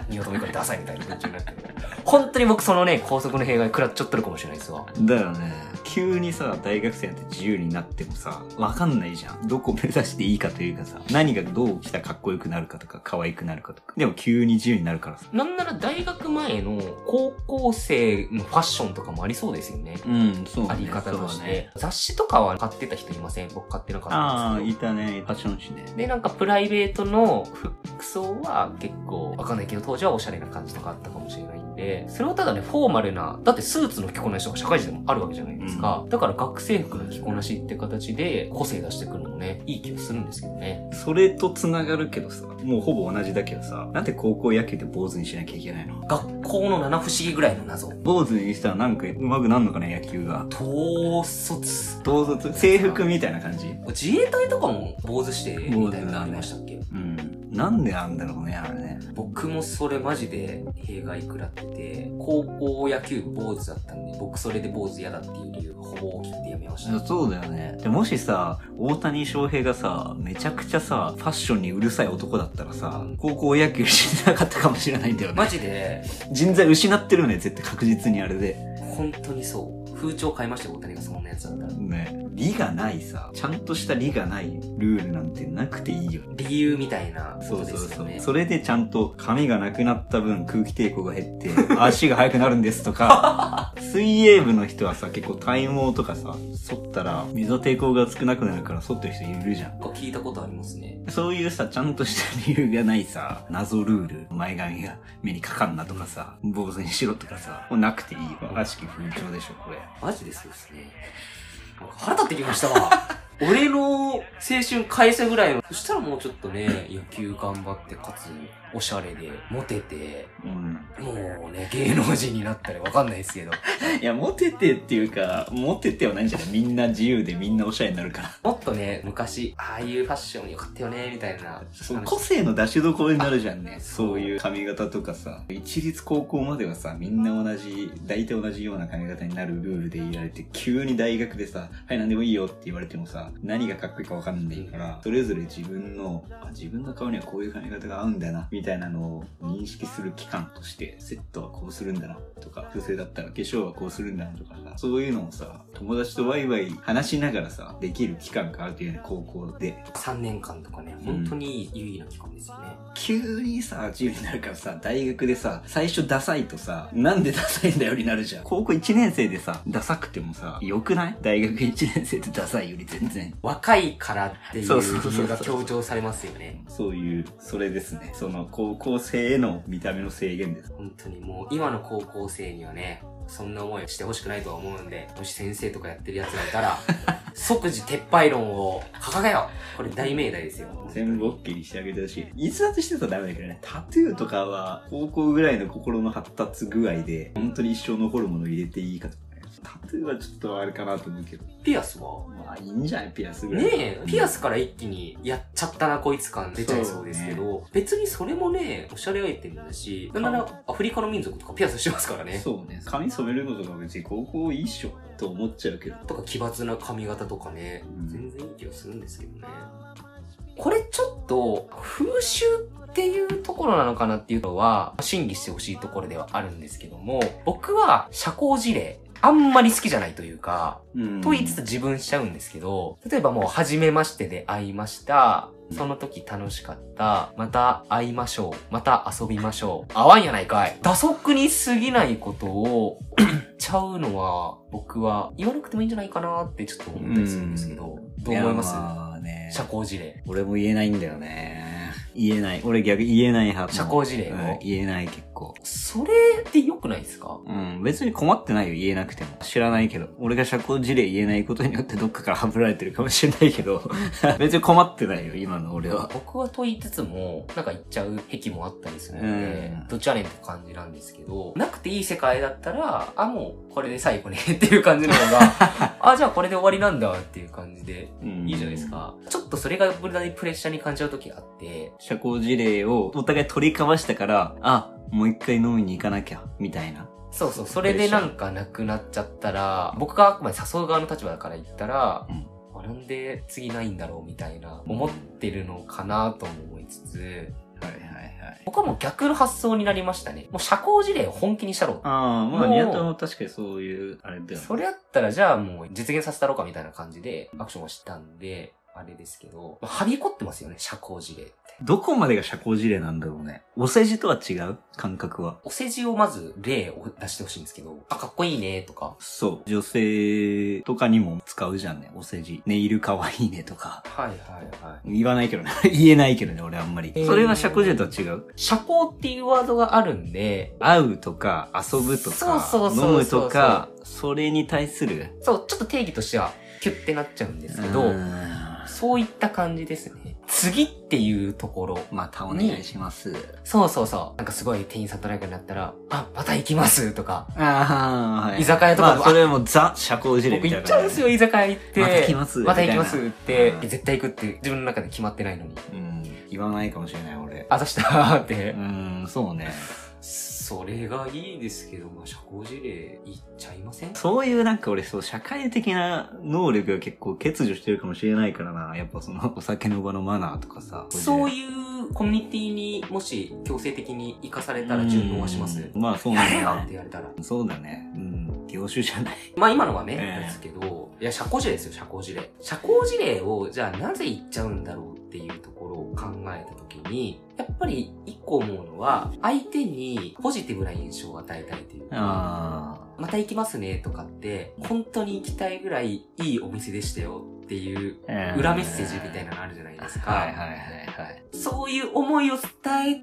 Speaker 3: [laughs] ニオトミからダサいみたいな感じになってる。本当に僕そのね、高速の弊害食らっちゃってるかもしれないですわ。
Speaker 5: だよね。急にさ、大学生になって自由になってもさ、わかんないじゃん。どこ目指していいかというかさ、何がどうしたらかっこよくなるかとか、可愛くなるかとか。でも急に自由になるからさ。
Speaker 3: なんなら大学前の高校生のファッションとかもありそうですよね。
Speaker 5: うん、そう、ね
Speaker 3: あり方として、。雑誌とかは買ってた人いません僕買ってなかった
Speaker 5: あ
Speaker 3: ん
Speaker 5: あ、
Speaker 3: です
Speaker 5: い
Speaker 3: け
Speaker 5: たね、ファッション誌ね。
Speaker 3: ど。で、なんかプライベートの服装は結構わかんないけど、当時はおしゃれな感じとかあったかもしれないんで、それをただね、フォーマルな、だってスーツの着こなしとか社会人でもあるわけじゃないですか。だから学生服の着こなしって形で個性出してくるのもね、いい気がするんですけどね。
Speaker 5: それと繋がるけどさ、もうほぼ同じだけどさ、なんで高校野球で坊主にしなきゃいけないの
Speaker 3: 学校の七不思議ぐらいの謎。
Speaker 5: 坊主にしたらなんか上手くなんのかね、野球が。
Speaker 3: 統率。
Speaker 5: 盗撮制服みたいな感じ
Speaker 3: 自衛隊とかも坊主してみたいなのありましたっけ
Speaker 5: うんなんでなんだろうねあれね
Speaker 3: 僕もそれマジで弊害食らってて高校野球部坊主だったんで僕それで坊主嫌だっていう理由がほぼ大きくてやめました
Speaker 5: そうだよねでもしさ大谷翔平がさめちゃくちゃさファッションにうるさい男だったらさ高校野球してなかったかもしれないんだよね
Speaker 3: マジで
Speaker 5: 人材失ってるよね絶対確実にあれで
Speaker 3: 本当にそう風潮変えましたよ大谷がそんなやつだったら
Speaker 5: ね理がないさちゃんとした理がないルールなんてなくていいよ
Speaker 3: 理由みたいなこ
Speaker 5: そう
Speaker 3: とで
Speaker 5: そう
Speaker 3: すよ
Speaker 5: そう
Speaker 3: ね
Speaker 5: それでちゃんと髪がなくなった分空気抵抗が [laughs] 減って足が速くなるんですとか水泳部の人はさ結構体毛とかさ剃ったら水の抵抗が少なくなるから剃ってる人いるじゃん
Speaker 3: 聞いたことありますね
Speaker 5: そういうさちゃんとした理由がないさ謎ルール前髪が目にかかんなとかさ坊主にしろとかさもうなくていいよ悪しき風潮でしょこれ
Speaker 3: マジでそうですねなんか腹立ってきましたわ
Speaker 5: [laughs]
Speaker 3: 俺の青春返せぐらいのそしたらもうちょっとね野球頑張ってかつおしゃれでモテて
Speaker 5: うん
Speaker 3: もうね芸能人になったりわかんないですけど
Speaker 5: いやモテてっていうかモテてはないんじゃないみんな自由でみんなおしゃれになるから
Speaker 3: もっとね、昔、ああいうファッション良かったよね、みたいな。
Speaker 5: そ
Speaker 3: あ
Speaker 5: う
Speaker 3: の
Speaker 5: 個性の出しどころになるじゃんねそういう髪型とかさ一律高校まではさみんな同じ大体同じような髪型になるルールでいられて急に大学でさ「はい何でもいいよ」って言われてもさ何がかっこいいか分かかんでいいから、それぞれ自分の、あ自分の顔にはこういう髪型が合うんだな、みたいなのを認識する期間として、セットはこうするんだな、とか、女性だったら化粧はこうするんだな、とかさ、そういうのをさ、友達とワイワイ話しながらさ、できる期間があるっていうね、高校で。
Speaker 3: 3年間とかね、本当に有意義な期間ですよね。
Speaker 5: 急にさ、自由になるからさ、大学でさ、最初ダサいとさ、なんでダサいんだよになるじゃん。高校1年生でさ、ダサくてもさ、良くない大学1年生ってダサいより全然。
Speaker 3: 若いからっていう
Speaker 5: そうそうそうそう
Speaker 3: 理由が強調されますよね。
Speaker 5: そういう、それですね。その高校生への見た目の制限です。
Speaker 3: 本当にもう今の高校生にはね、そんな思いをしてほしくないとは思うんで、もし先生とかやってるやつがいた
Speaker 5: [laughs]
Speaker 3: ら、即時撤廃論を掲げようこれ大命題ですよ。
Speaker 5: 全部 OK にしてあげてほしい。逸脱してたらダメだけどね。タトゥーとかは、高校ぐらいの心の発達具合で、本当に一生残るものを入れていいかとかね。タトゥーはちょっとあれかなと思うけど。
Speaker 3: ピアスは
Speaker 5: まあ、いいんじゃないピアスぐらい。
Speaker 3: ねえ、ピアスから一気にやっちゃったなこいつ感出ちゃいそうですけど、別にそれもね、おしゃれアイテムだし、なんならアフリカの民族とかピアスしてますからね。
Speaker 5: そうね。髪染めるのとか別に高校いいっしょと思っちゃうけど。
Speaker 3: とか奇抜な髪型とかね、
Speaker 5: うん
Speaker 3: 全然いい気がするんですけどね。これちょっと、風習っていうところなのかなっていうのは、審議してほしいところではあるんですけども、僕は社交辞令、あんまり好きじゃないというか、
Speaker 5: うん
Speaker 3: と言いつつ自分しちゃうんですけど、例えばもう、初めましてで会いました。その時楽しかった。また会いましょう。また遊びましょう。会わんやないかい。打足に過ぎないこと
Speaker 5: [coughs]
Speaker 3: を言っちゃうのは、僕は言わなくてもいいんじゃないかなってちょっと思ったりするんですけど、どう思います
Speaker 5: やまあね
Speaker 3: 社交辞令。
Speaker 5: 俺も言えないんだよね。言えない。俺逆に言えない派。
Speaker 3: 社交辞令
Speaker 5: うん
Speaker 3: を。
Speaker 5: 言えない結構。
Speaker 3: それって良くないですか
Speaker 5: うん、別に困ってないよ、言えなくても。知らないけど。俺が社交辞令言えないことによってどっかからはぶられてるかもしれないけど、 [laughs] 別に困ってないよ、今の俺は。
Speaker 3: 僕はと言いつつも、なんか言っちゃう癖もあったりするので
Speaker 5: うん、
Speaker 3: どっちあれんって感じなんですけど、なくていい世界だったら、あ、もうこれで最後ね [laughs] っていう感じの方
Speaker 5: [laughs]
Speaker 3: が、あ、じゃあこれで終わりなんだっていう感じで、
Speaker 5: うん
Speaker 3: いいじゃないです。か。ちょっとそれが無駄にプレッシャーに感じる時があって、
Speaker 5: 社交辞令をお互い取り交わしたから、あ、もう一回飲みに行かなきゃ、みたいな。
Speaker 3: そうそう、それでなんかなくなっちゃったら、僕があくまで誘う側の立場だから言ったら、
Speaker 5: うん
Speaker 3: あなんで次ないんだろうみたいな、思ってるのかなとも思いつつ、
Speaker 5: はいはいはい。
Speaker 3: 僕はもう逆の発想になりましたね。もう社交辞令を本気にしたろう。
Speaker 5: ああ、ま
Speaker 3: も
Speaker 5: あ、
Speaker 3: う
Speaker 5: ニワトリも確かにそういう、あれだよね。
Speaker 3: それやったらじゃあもう実現させたろうかみたいな感じでアクションをしたんで、あれですけど、まあはびこってますよね、社交辞令って。
Speaker 5: どこまでが社交辞令なんだろうね。お世辞とは違う感覚は。
Speaker 3: お世辞をまず例を出してほしいんですけど、あ、かっこいいねとか、
Speaker 5: そう。女性とかにも使うじゃんね、お世辞。ネイルかわいいねとか。
Speaker 3: はいはいはい。
Speaker 5: 言わないけどね。 [laughs] 言えないけどね、俺あんまり
Speaker 3: え。ー
Speaker 5: それは社交辞令とは違う。
Speaker 3: 社交っていうワードがあるんで、
Speaker 5: 会うとか、遊ぶと
Speaker 3: そう
Speaker 5: か、
Speaker 3: そうそうそう
Speaker 5: 飲むとか、それに対する。
Speaker 3: そう、ちょっと定義としてはキュッてなっちゃうんですけど
Speaker 5: う、ーん
Speaker 3: そういった感じですね。次っていうところ。
Speaker 5: またお願いします。
Speaker 3: そうそうそう。なんかすごい店員さんとなんかになったら、あ、また行きますとか、
Speaker 5: ああ、はい。
Speaker 3: 居酒屋とかも
Speaker 5: まあ、それはもうザ、社交辞令
Speaker 3: 僕
Speaker 5: みた
Speaker 3: 行
Speaker 5: い
Speaker 3: っち
Speaker 5: な感じ
Speaker 3: ゃう
Speaker 5: だ
Speaker 3: ん
Speaker 5: よね。
Speaker 3: ですよ、居酒屋行って。
Speaker 5: また来ます
Speaker 3: また行きます
Speaker 5: み
Speaker 3: って
Speaker 5: うん、
Speaker 3: 絶対行くって自分の中で決まってないのに。
Speaker 5: うん。言わないかもしれない、俺。
Speaker 3: あ、出したーっ
Speaker 5: う
Speaker 3: て。
Speaker 5: ーん、そうね。
Speaker 3: それがいいですけど、まあ、社交辞令行っちゃいません
Speaker 5: [laughs] そういうなんか俺そう社会的な能力が結構欠如してるかもしれないからな。やっぱそのお酒の場のマナーとかさ。
Speaker 3: そう
Speaker 5: う
Speaker 3: いうコミュニティにもし強制的に行かされたら順応はします。
Speaker 5: うんまあそう
Speaker 3: や
Speaker 5: な
Speaker 3: れよって
Speaker 5: んだ
Speaker 3: 言
Speaker 5: よ。
Speaker 3: われたら。
Speaker 5: [laughs] そうだね。うん。業種じゃない。
Speaker 3: まあ今のはね、
Speaker 5: ええ
Speaker 3: ですけど、いや、社交辞令ですよ、社交辞令。社交辞令を、じゃあなぜ言っちゃうんだろうっていうところを考えたときに、やっぱり一個思うのは、相手にポジティブな印象を与えたいというか、
Speaker 5: あ
Speaker 3: また行きますねとかって、本当に行きたいぐらいいいお店でしたよっていう
Speaker 5: あ
Speaker 3: 裏メッセージみたいなのあるじゃないですか。
Speaker 5: はいはいはいはい。
Speaker 3: そういう思いを伝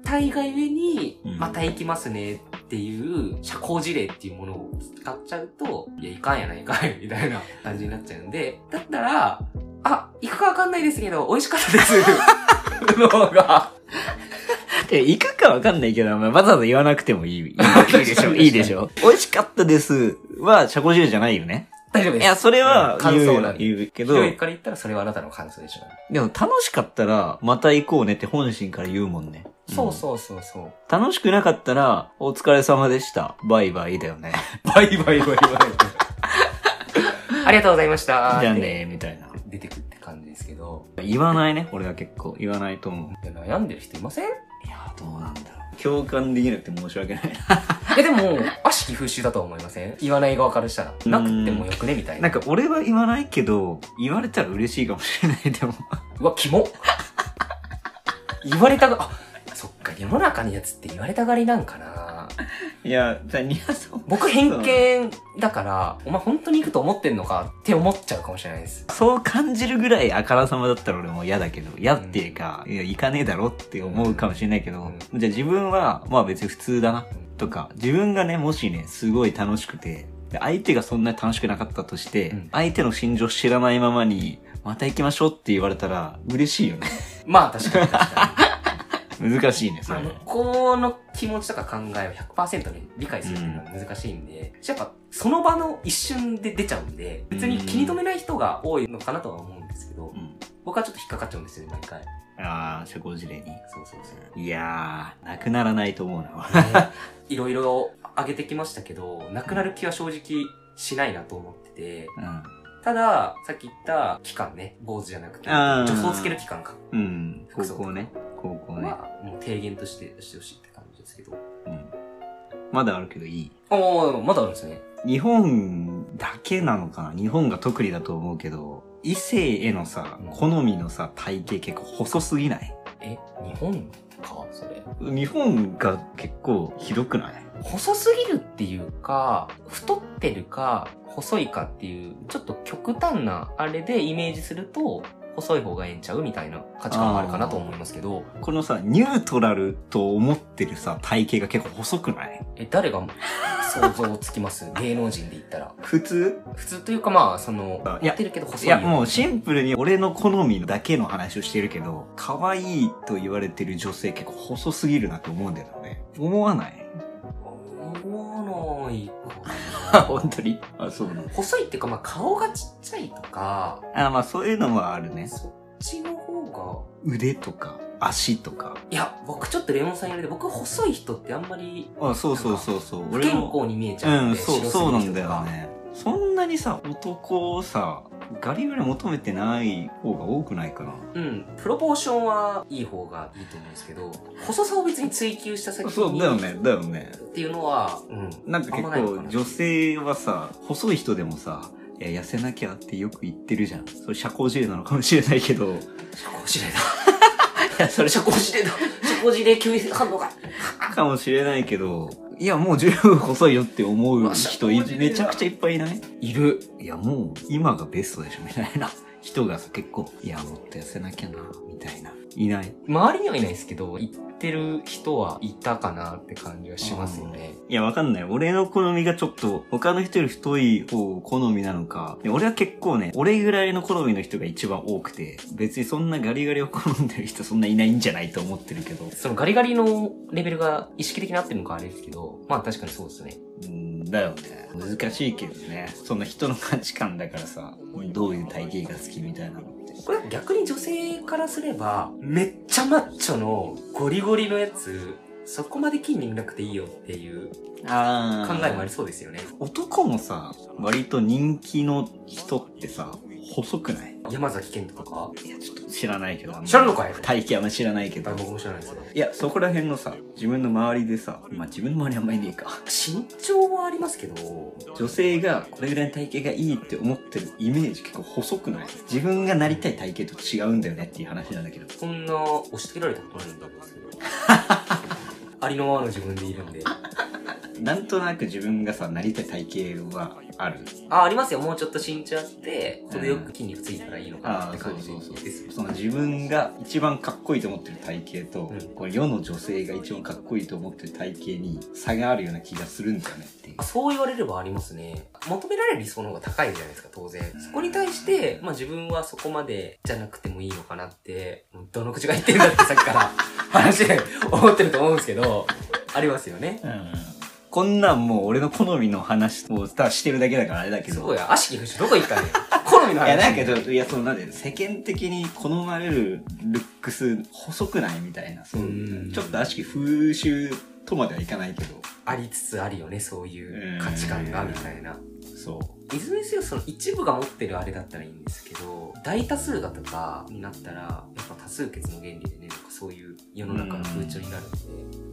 Speaker 3: えたいがゆえに、
Speaker 5: うん
Speaker 3: また行きますねっていう社交辞令っていうものを使っちゃうと、いや、いかんやないかい、みたいな感じになっちゃうんで、だったら、あ、行くかわかんないですけど、美味しかったです。 [laughs] の方が、
Speaker 5: え、行くかわかんないけど、まあわざわざ言わなくて
Speaker 3: [laughs]
Speaker 5: もいい。いいでしょ、いいでしょ。美味しかったですは社交辞令じゃないよね。
Speaker 3: 大丈夫
Speaker 5: い
Speaker 3: で
Speaker 5: や、
Speaker 3: す。
Speaker 5: それ
Speaker 3: う
Speaker 5: は
Speaker 3: ん
Speaker 5: 言
Speaker 3: 感
Speaker 5: うよ
Speaker 3: 想なんで
Speaker 5: 言うけど、
Speaker 3: 広いから言ったらそれはあなたの感想でしょうね。
Speaker 5: でも楽しかったらまた行こうねって本心から言うもんね。
Speaker 3: そうそうそうそう。
Speaker 5: 楽しくなかったら、お疲れ様でした。バイバイだよ [laughs] ね。
Speaker 3: バイバイバイバイ。ありがとうございました。
Speaker 5: じゃあね、みたいな。
Speaker 3: 出てくって感じです。ですけど、
Speaker 5: 言わないね、俺は結構。言わないと思う。
Speaker 3: いや悩んでる人いません
Speaker 5: いや、どうなんだろう。共感できなくて申し訳ない。 [laughs]
Speaker 3: え、でも、悪しき風習だとは思いません言わない側からしたら。なくてもよくねみたいな。
Speaker 5: なんか俺は言わないけど、言われたら嬉しいかもしれない、でも。
Speaker 3: うわ、キモ言われたが、あ、そっか、世の中のやつって言われたがりなんかな。
Speaker 5: いや、じゃあ似合そう。
Speaker 3: 僕偏見だから、お前本当に行くと思ってんのかって思っちゃうかもしれないです。
Speaker 5: そう感じるぐらいあからさまだったら俺も嫌だけど、嫌っていうか、いや、行かねえだろって思うかもしれないけど、じゃあ自分は、まあ別に普通だな、とか、自分がね、もしね、すごい楽しくて、で相手がそんなに楽しくなかったとして、
Speaker 3: うん
Speaker 5: 相手の心情知らないままに、また行きましょうって言われたら、嬉しいよ
Speaker 3: [laughs]
Speaker 5: ね。
Speaker 3: まあ確かに確かに。
Speaker 5: 難しいね、そ
Speaker 3: まあ
Speaker 5: れ
Speaker 3: 向。こうの気持ちとか考えを100%ね、理解するっていうのは難しいんで、やっぱその場の一瞬で出ちゃうんで、別に気に留めない人が多いのかなとは思うんですけど
Speaker 5: う、ん。
Speaker 3: 僕はちょっと引っかかっちゃうんですよね、毎
Speaker 5: [laughs]
Speaker 3: 回。
Speaker 5: ああ、社交辞令に。
Speaker 3: そうそうそう。
Speaker 5: いやー、なくならないと思うな。
Speaker 3: ねいろいろ上げてきましたけど、なくなる気は正直しないなと思ってて、
Speaker 5: うん。
Speaker 3: ただ、さっき言った期間ね、坊主じゃなくて、
Speaker 5: あー
Speaker 3: 助走つける期間か。
Speaker 5: うん。
Speaker 3: 服
Speaker 5: 高
Speaker 3: 装
Speaker 5: 校ね。高校ね。
Speaker 3: まあ、もう提言としてしてほしいって感じですけど。
Speaker 5: うん。まだあるけどいい。
Speaker 3: おー、まだあるんですね。
Speaker 5: 日本だけなのかな日本が特にだと思うけど、異性へのさ
Speaker 3: うん、
Speaker 5: 好みのさ、体型結構細すぎない
Speaker 3: え、日本かそれ。
Speaker 5: 日本が結構ひどくない
Speaker 3: 細すぎるっていうか、太ってるか、細いかっていう、ちょっと極端なあれでイメージすると、細い方がええんちゃうみたいな価値観があるかなと思いますけど、
Speaker 5: このさ、ニュートラルと思ってるさ、体型が結構細くない
Speaker 3: え、誰が想像つきます [laughs] 芸能人で言ったら。
Speaker 5: 普通
Speaker 3: 普通というかまあ、その、
Speaker 5: あい
Speaker 3: や
Speaker 5: や
Speaker 3: ってるけど細
Speaker 5: い
Speaker 3: い。
Speaker 5: や、もうシンプルに俺の好みだけの話をしてるけど、可愛いと言われてる女性結構細すぎるなって思うんだよね。思わない
Speaker 3: 思わない
Speaker 5: あ、
Speaker 3: かな [laughs]
Speaker 5: 本当にあ、そうなの
Speaker 3: 細いっていうかまあ、顔がちっちゃいとか、
Speaker 5: あ、まあそういうのもあるね。
Speaker 3: そっちの方
Speaker 5: 腕とか、足とか。
Speaker 3: が、いや、僕ちょっとレモンさん言われて、僕細い人ってあんまり
Speaker 5: あ、そうそうそうそう。
Speaker 3: 不健康に見えちゃ
Speaker 5: う
Speaker 3: うん
Speaker 5: ん、
Speaker 3: で、
Speaker 5: そう、
Speaker 3: 白すぎる人とか
Speaker 5: そうなんだよ。ね。そんなにさ、男をさ、ガリガリ求めてない方が多くないかな。
Speaker 3: うん、プロポーションはいい方がいいと思うんですけど、細さを別に追求した先に。
Speaker 5: そうだよね、だよね。
Speaker 3: っていうのは、うん。
Speaker 5: なんか
Speaker 3: あん
Speaker 5: 結
Speaker 3: まないのか
Speaker 5: 構
Speaker 3: な
Speaker 5: 女性はさ、細い人でもさ、いや、痩せなきゃってよく言ってるじゃん。それ社交辞令なのかもしれない
Speaker 3: [laughs]
Speaker 5: けど。い
Speaker 3: 社交辞令だ。
Speaker 5: や、それ
Speaker 3: 社交辞令だ。社交辞令急に反応が。
Speaker 5: かもしれないけど、いや、もう十分細いよって思う人い
Speaker 3: 社交辞令だ
Speaker 5: めちゃくちゃいっぱいいない
Speaker 3: いる。
Speaker 5: いや、もう今がベストでしょ、みたいな人がさ、結構、いや、もっと痩せなきゃな、みたいな。いない。
Speaker 3: 周りにはいないですけど、行ってる人はいたかなって感じはしますよね。
Speaker 5: いや、わかんない。俺の好みがちょっと、他の人より太い方好みなのか。で俺は結構ね、俺ぐらいの好みの人が一番多くて、別にそんなガリガリを好んでる人そんないないんじゃないと思ってるけど。
Speaker 3: そのガリガリのレベルが意識的になってるのかあれですけど、まあ確かにそうですね。
Speaker 5: うん、だよね。難しいけどね。その人の価値観だからさ、どういう体型が好きみたいなのって。
Speaker 3: これ逆に女性からすれば、めっちゃマッチョのゴリゴリのやつ、そこまで筋肉なくていいよっていう
Speaker 5: あ
Speaker 3: 考えもありそうですよね。
Speaker 5: 男もさ、割と人気の人ってさ、細くない
Speaker 3: 山崎賢人とか
Speaker 5: いや、ちょっと知らないけど。
Speaker 3: 知らんのかい
Speaker 5: 体型あんま知らないけ
Speaker 3: あ
Speaker 5: ど。
Speaker 3: 僕も知らないですよ。
Speaker 5: いや、そこら辺のさ、自分の周りでさ、まあ自分の周りあんまりいねえか。
Speaker 3: 身長はありますけど、
Speaker 5: 女性がこれぐらいの体型がいいって思ってるイメージ結構細くない自分がなりたい体型と違うんだよねっていう話なんだけど。
Speaker 3: そんな押し付けられたことないんだと思うんですけど。ありのままの自分でいるんで。
Speaker 5: なんとなく自分がさ、なりたい体型はある。
Speaker 3: あ、ありますよ。もうちょっと身長あって、程よく筋肉ついたらいいのかなって感じです。
Speaker 5: その自分が一番かっこいいと思ってる体型と、
Speaker 3: うん
Speaker 5: これ世の女性が一番かっこいいと思ってる体型に差があるような気がするんだよねっていう
Speaker 3: あ。そう言われればありますね。求められる理想の方が高いじゃないですか、当然。そこに対して、まあ自分はそこまでじゃなくてもいいのかなって、どの口が言ってんだってさっきから
Speaker 5: [laughs]
Speaker 3: 話で思ってると思うんですけど、ありますよね。
Speaker 5: うんこんなんもう俺の好みの話をただしてるだけだからあれだけど。
Speaker 3: そうや、悪しき風習どこ行ったね好みの
Speaker 5: いや、
Speaker 3: 話。
Speaker 5: だけど、いや、その、なんで、世間的に好まれるルックス、細くないみたいな、そう
Speaker 3: う
Speaker 5: い
Speaker 3: ん
Speaker 5: う、ちょっと悪しき風習とまではいかないけど、
Speaker 3: ありつつあるよね、そういう価値観が、みたいな。
Speaker 5: そう。
Speaker 3: ビジネス要素の一部が持ってるあれだったらいいんですけど、大多数がとかになったら、やっぱ多数決の原理でね、なんかそういう世の中の風潮になるんで、